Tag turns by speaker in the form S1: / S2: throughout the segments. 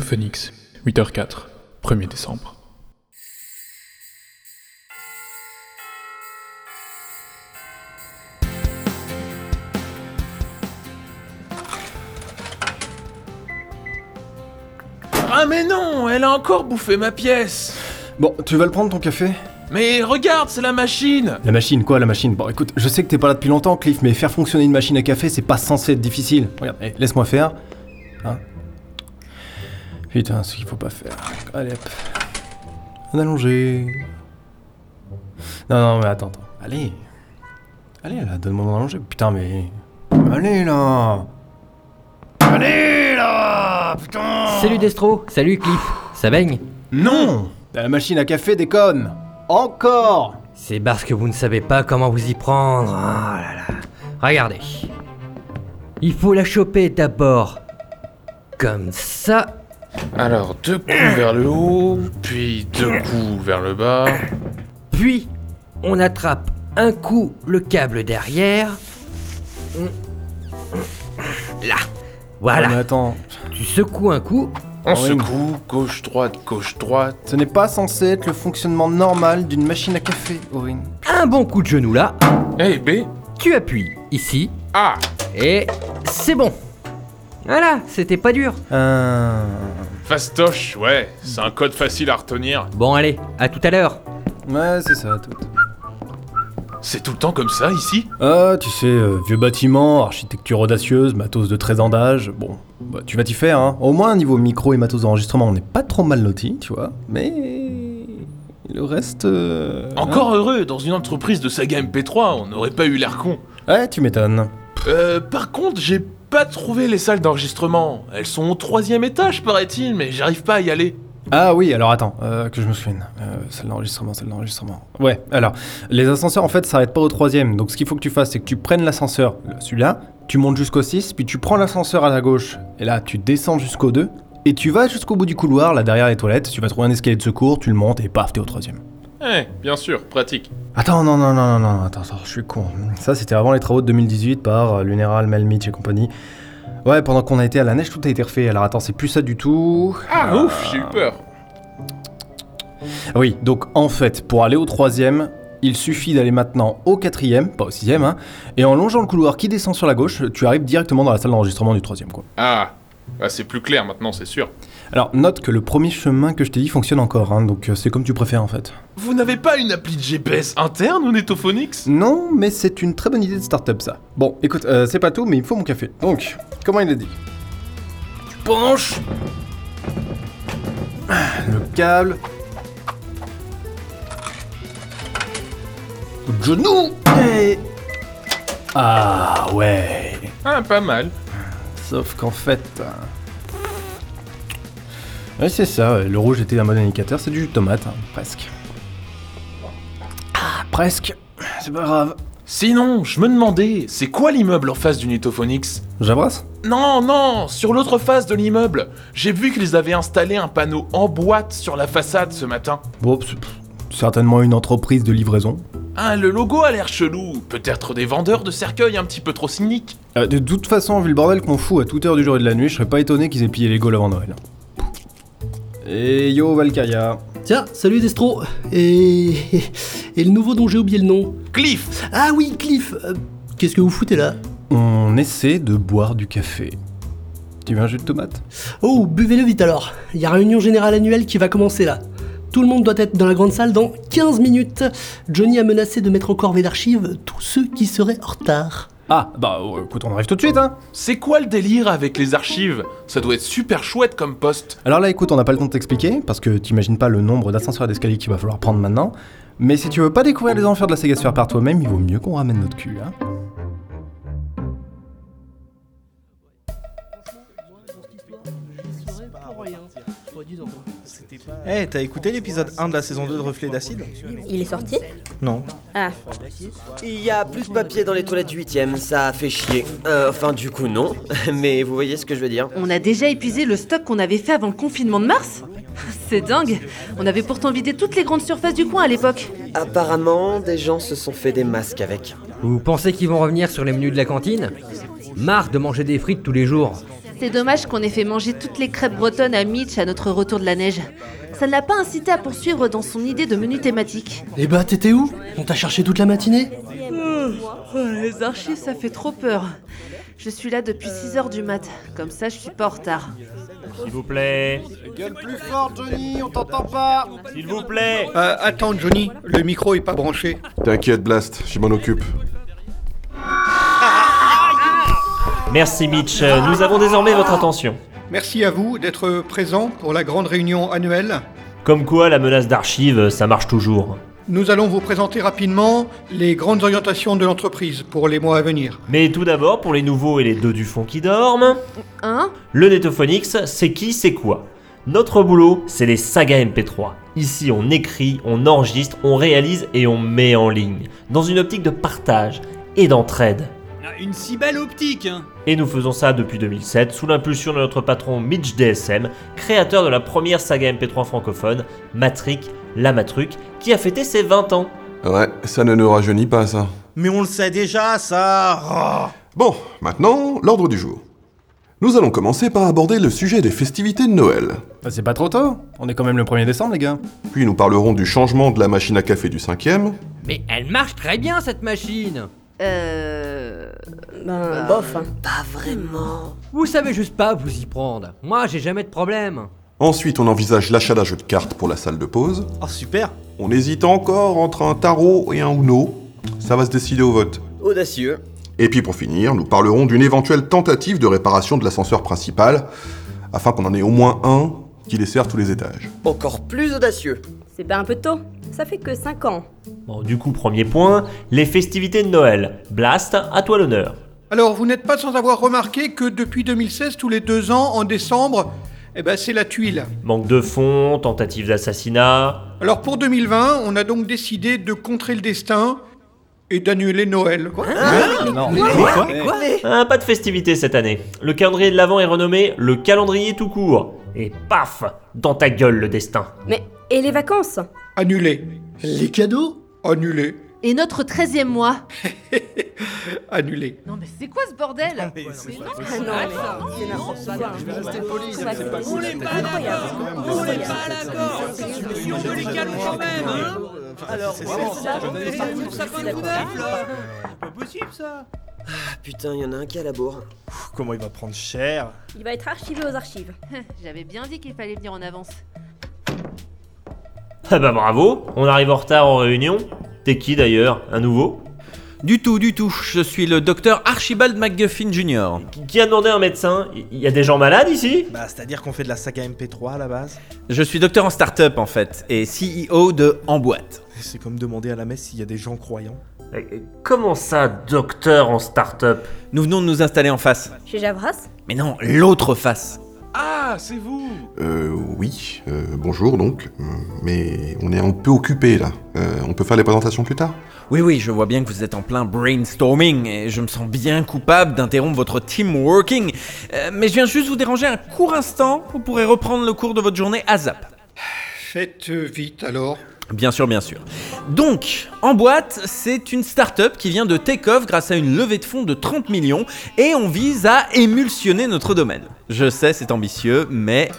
S1: Phoenix, 8h04, 1er décembre.
S2: Ah mais non, elle a encore bouffé ma pièce
S3: Bon, tu vas le prendre ton café
S2: Mais regarde, c'est la machine
S3: La machine, quoi, la machine Bon, écoute, je sais que t'es pas là depuis longtemps, Cliff, mais faire fonctionner une machine à café, c'est pas censé être difficile. Regarde, allez, laisse-moi faire. Hein Putain, ce qu'il faut pas faire. Allez, hop. Un allongé. Non, non, mais attends, attends. Allez. Allez, là, donne-moi mon allongé. Putain, mais. Allez, là Allez, là Putain
S4: Salut Destro, salut Cliff, ça baigne
S3: Non La machine à café déconne Encore
S4: C'est parce que vous ne savez pas comment vous y prendre. Ah là là. Regardez. Il faut la choper d'abord. Comme ça.
S2: Alors, deux coups vers le haut, puis deux coups vers le bas.
S4: Puis, on attrape un coup le câble derrière. Là.
S5: Ah
S3: Non, mais
S4: Voilà.
S3: attends.
S4: Tu secoues un coup.
S2: On
S3: oui.
S2: secoue, gauche, droite, gauche, droite.
S3: Ce n'est pas censé être le fonctionnement normal d'une machine à café, Orin.
S4: Un bon coup de genou là.
S2: Eh B
S4: Tu appuies ici.
S2: Ah
S4: Et c'est bon. Voilà, c'était pas dur.
S3: Euh...
S2: Fastoche, ouais, c'est un code facile à retenir.
S4: Bon allez, à tout à l'heure.
S3: Ouais, c'est ça, tout.
S2: C'est tout le temps comme ça ici
S3: Ah, tu sais, euh, vieux bâtiment, architecture audacieuse, matos de 13 ans d'âge. Bon, bah, tu vas t'y faire, hein. Au moins, niveau micro et matos d'enregistrement, on n'est pas trop mal loti, tu vois. Mais... Le reste... euh,
S2: Encore heureux, dans une entreprise de saga MP3, on n'aurait pas eu l'air con.
S3: hein. Ouais, tu m'étonnes.
S2: Euh, par contre, j'ai pas trouvé les salles d'enregistrement. Elles sont au troisième étage, paraît-il, mais j'arrive pas à y aller.
S3: Ah oui, alors attends, euh, que je me souvienne. Euh, celle d'enregistrement, celle d'enregistrement. Ouais, alors, les ascenseurs en fait s'arrêtent pas au troisième, donc ce qu'il faut que tu fasses, c'est que tu prennes l'ascenseur, le- celui-là, tu montes jusqu'au 6, puis tu prends l'ascenseur à la gauche, et là tu descends jusqu'au 2, et tu vas jusqu'au bout du couloir, là derrière les toilettes, tu vas trouver un escalier de secours, tu le montes, et paf, t'es au troisième.
S2: Eh, bien sûr, pratique.
S3: Attends, non, non, non, non, non, attends, attends, je suis con. Ça, c'était avant les travaux de 2018 par euh, Luneral, Melmitch et compagnie. Ouais, pendant qu'on a été à la neige, tout a été refait, alors attends, c'est plus ça du tout.
S2: Ah, ouf, j'ai eu peur.
S3: Ah Oui, donc en fait, pour aller au troisième, il suffit d'aller maintenant au quatrième, pas au sixième, hein, et en longeant le couloir qui descend sur la gauche, tu arrives directement dans la salle d'enregistrement du troisième, quoi.
S2: Ah, bah, c'est plus clair maintenant, c'est sûr.
S3: Alors, note que le premier chemin que je t'ai dit fonctionne encore, hein, donc euh, c'est comme tu préfères en fait.
S2: Vous n'avez pas une appli de GPS interne au Netophonix
S3: Non, mais c'est une très bonne idée de start-up ça. Bon, écoute, euh, c'est pas tout, mais il me faut mon café. Donc, comment il a dit Tu penches Le câble. Coup de Genou Et- Ah ouais
S2: Ah, pas mal.
S3: Sauf qu'en fait. euh, Ouais, c'est ça, ouais, le rouge était un bon indicateur, c'est du jus de tomate, hein, presque. Ah, presque, c'est pas grave.
S2: Sinon, je me demandais, c'est quoi l'immeuble en face du Netophonix
S3: J'abrasse
S2: Non, non, sur l'autre face de l'immeuble. J'ai vu qu'ils avaient installé un panneau en boîte sur la façade ce matin.
S3: Bon, c'est pff, certainement une entreprise de livraison.
S2: Ah, le logo a l'air chelou. Peut-être des vendeurs de cercueils un petit peu trop cyniques.
S3: Euh, de toute façon, vu le bordel qu'on fout à toute heure du jour et de la nuit, je serais pas étonné qu'ils aient pillé les Gaules avant Noël. Et yo Valkyria.
S6: Tiens, salut Destro Et... Et le nouveau dont j'ai oublié le nom
S2: Cliff
S6: Ah oui, Cliff Euh, Qu'est-ce que vous foutez là
S3: On essaie de boire du café. Tu veux un jus de tomate
S6: Oh, buvez-le vite alors Il y a réunion générale annuelle qui va commencer là tout le monde doit être dans la grande salle dans 15 minutes. Johnny a menacé de mettre au corvée d'archives tous ceux qui seraient en retard.
S3: Ah, bah euh, écoute, on arrive tout de suite, hein
S2: C'est quoi le délire avec les archives Ça doit être super chouette comme poste.
S3: Alors là, écoute, on n'a pas le temps de t'expliquer, parce que t'imagines pas le nombre d'ascenseurs et d'escaliers qu'il va falloir prendre maintenant. Mais si tu veux pas découvrir les enfers de la Sega Sphere par toi-même, il vaut mieux qu'on ramène notre cul, hein.
S7: Eh, t'as écouté l'épisode 1 de la saison 2 de Reflet d'Acide
S8: Il est sorti
S7: Non.
S8: Ah,
S9: Il y a plus de papier dans les toilettes du 8ème, ça fait chier. Euh, enfin, du coup, non. Mais vous voyez ce que je veux dire.
S10: On a déjà épuisé le stock qu'on avait fait avant le confinement de mars C'est dingue On avait pourtant vidé toutes les grandes surfaces du coin à l'époque.
S9: Apparemment, des gens se sont fait des masques avec.
S4: Vous pensez qu'ils vont revenir sur les menus de la cantine Marre de manger des frites tous les jours.
S10: C'est dommage qu'on ait fait manger toutes les crêpes bretonnes à Mitch à notre retour de la neige. Ça ne l'a pas incité à poursuivre dans son idée de menu thématique.
S6: Eh bah, t'étais où On t'a cherché toute la matinée
S10: les archives, ça fait trop peur. Je suis là depuis 6 heures du mat. Comme ça, je suis pas en retard.
S8: S'il vous plaît.
S3: Gueule plus fort, Johnny, on t'entend pas
S8: S'il vous plaît.
S11: Euh, attends, Johnny, le micro est pas branché.
S12: T'inquiète, Blast, je m'en occupe.
S8: Merci Mitch, Euh, nous avons désormais votre attention.
S11: Merci à vous d'être présent pour la grande réunion annuelle.
S8: Comme quoi, la menace d'archives, ça marche toujours.
S11: Nous allons vous présenter rapidement les grandes orientations de l'entreprise pour les mois à venir.
S8: Mais tout d'abord, pour les nouveaux et les deux du fond qui dorment,
S10: Hein
S8: le Netophonix, c'est qui, c'est quoi Notre boulot, c'est les sagas MP3. Ici, on écrit, on enregistre, on réalise et on met en ligne, dans une optique de partage et d'entraide.
S5: Ah, Une si belle optique, hein
S8: Et nous faisons ça depuis 2007 sous l'impulsion de notre patron Mitch DSM, créateur de la première saga MP3 francophone, Matric, la Matruc, qui a fêté ses 20 ans.
S12: Ouais, ça ne nous rajeunit pas, ça.
S7: Mais on le sait déjà, ça
S12: Bon, maintenant, l'ordre du jour. Nous allons commencer par aborder le sujet des festivités de Noël.
S3: Bah, c'est pas trop tôt, on est quand même le 1er décembre, les gars.
S12: Puis nous parlerons du changement de la machine à café du 5ème.
S4: Mais elle marche très bien cette machine
S10: Euh.
S13: Ben, bof, hein.
S9: Pas vraiment.
S4: Vous savez juste pas vous y prendre. Moi, j'ai jamais de problème.
S12: Ensuite, on envisage l'achat d'un jeu de cartes pour la salle de pause.
S7: Oh super
S12: On hésite encore entre un tarot et un Uno. Ça va se décider au vote.
S9: Audacieux.
S12: Et puis pour finir, nous parlerons d'une éventuelle tentative de réparation de l'ascenseur principal, afin qu'on en ait au moins un qui dessert tous les étages.
S9: Encore plus audacieux.
S13: C'est pas un peu tôt. Ça fait que 5 ans.
S8: Bon, du coup, premier point, les festivités de Noël. Blast, à toi l'honneur.
S11: Alors, vous n'êtes pas sans avoir remarqué que depuis 2016, tous les deux ans, en décembre, eh ben, c'est la tuile.
S8: Manque de fonds, tentative d'assassinat.
S11: Alors, pour 2020, on a donc décidé de contrer le destin et d'annuler Noël. quoi.
S6: Hein
S3: non,
S8: Ah, pas de festivités cette année. Le calendrier de l'Avent est renommé le calendrier tout court. Et paf Dans ta gueule le destin.
S13: Mais, et les vacances
S11: Annulé.
S6: Les cadeaux
S11: Annulé.
S10: Et notre 13 e mois
S11: Annulé.
S10: Non, mais c'est quoi ce bordel
S9: Ah, putain, il y en a un qui a la bourre.
S7: Pff, Comment il va prendre cher
S13: Il va être archivé aux archives.
S10: J'avais bien dit qu'il fallait venir en avance.
S8: Ah bah bravo, on arrive en retard en réunion. T'es qui d'ailleurs Un nouveau
S5: Du tout, du tout. Je suis le docteur Archibald McGuffin Jr.
S8: Qui- Qui a demandé un médecin Il y a des gens malades ici
S7: Bah, c'est-à-dire qu'on fait de la saga MP3 à la base
S5: Je suis docteur en start-up en fait et CEO de En boîte.
S7: C'est comme demander à la messe s'il y a des gens croyants.
S8: Euh, euh, Comment ça, docteur en start-up
S5: Nous venons de nous installer en face.
S13: Chez Javras
S5: Mais non, l'autre face.
S2: Ah, c'est vous
S12: Euh, oui, euh, bonjour donc. Euh, Mais on est un peu occupé là. Euh, on peut faire les présentations plus tard
S5: Oui, oui, je vois bien que vous êtes en plein brainstorming et je me sens bien coupable d'interrompre votre team working. Euh, mais je viens juste vous déranger un court instant. Vous pourrez reprendre le cours de votre journée à zap.
S11: Faites vite alors.
S5: Bien sûr, bien sûr. Donc, en boîte, c'est une start-up qui vient de take-off grâce à une levée de fonds de 30 millions et on vise à émulsionner notre domaine. Je sais, c'est ambitieux, mais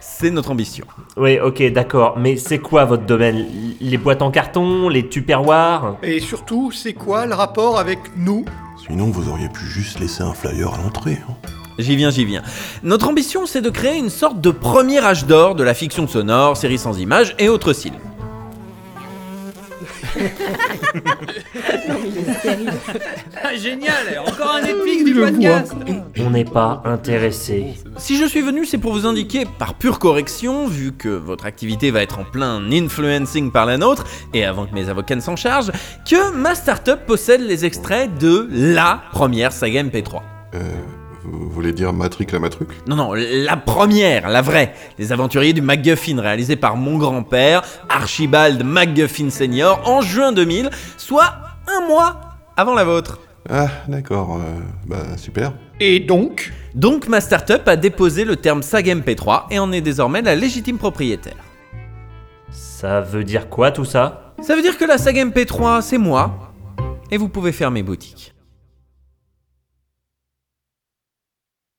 S5: c'est notre ambition.
S8: Oui, ok, d'accord. Mais c'est quoi votre domaine Les boîtes en carton Les tupperwares
S11: Et surtout, c'est quoi le rapport avec nous
S12: Sinon, vous auriez pu juste laisser un flyer à l'entrée. hein.
S5: J'y viens, j'y viens. Notre ambition, c'est de créer une sorte de premier âge d'or de la fiction sonore, séries sans images et autres styles. Ah, Génial, encore un épique du podcast.
S8: On n'est pas intéressé.
S5: Si je suis venu, c'est pour vous indiquer, par pure correction, vu que votre activité va être en plein influencing par la nôtre, et avant que mes avocats ne s'en chargent, que ma startup possède les extraits de LA première saga MP3.
S12: Euh, vous voulez dire Matrix la Matruc
S5: Non, non, la première, la vraie, Les Aventuriers du MacGuffin, réalisée par mon grand-père, Archibald MacGuffin Senior, en juin 2000, soit un mois avant la vôtre.
S12: Ah, d'accord. euh, bah, super.
S11: Et donc
S5: Donc ma startup a déposé le terme saga MP3 et en est désormais la légitime propriétaire.
S8: Ça veut dire quoi tout ça
S5: Ça veut dire que la saga MP3, c'est moi. Et vous pouvez fermer boutique.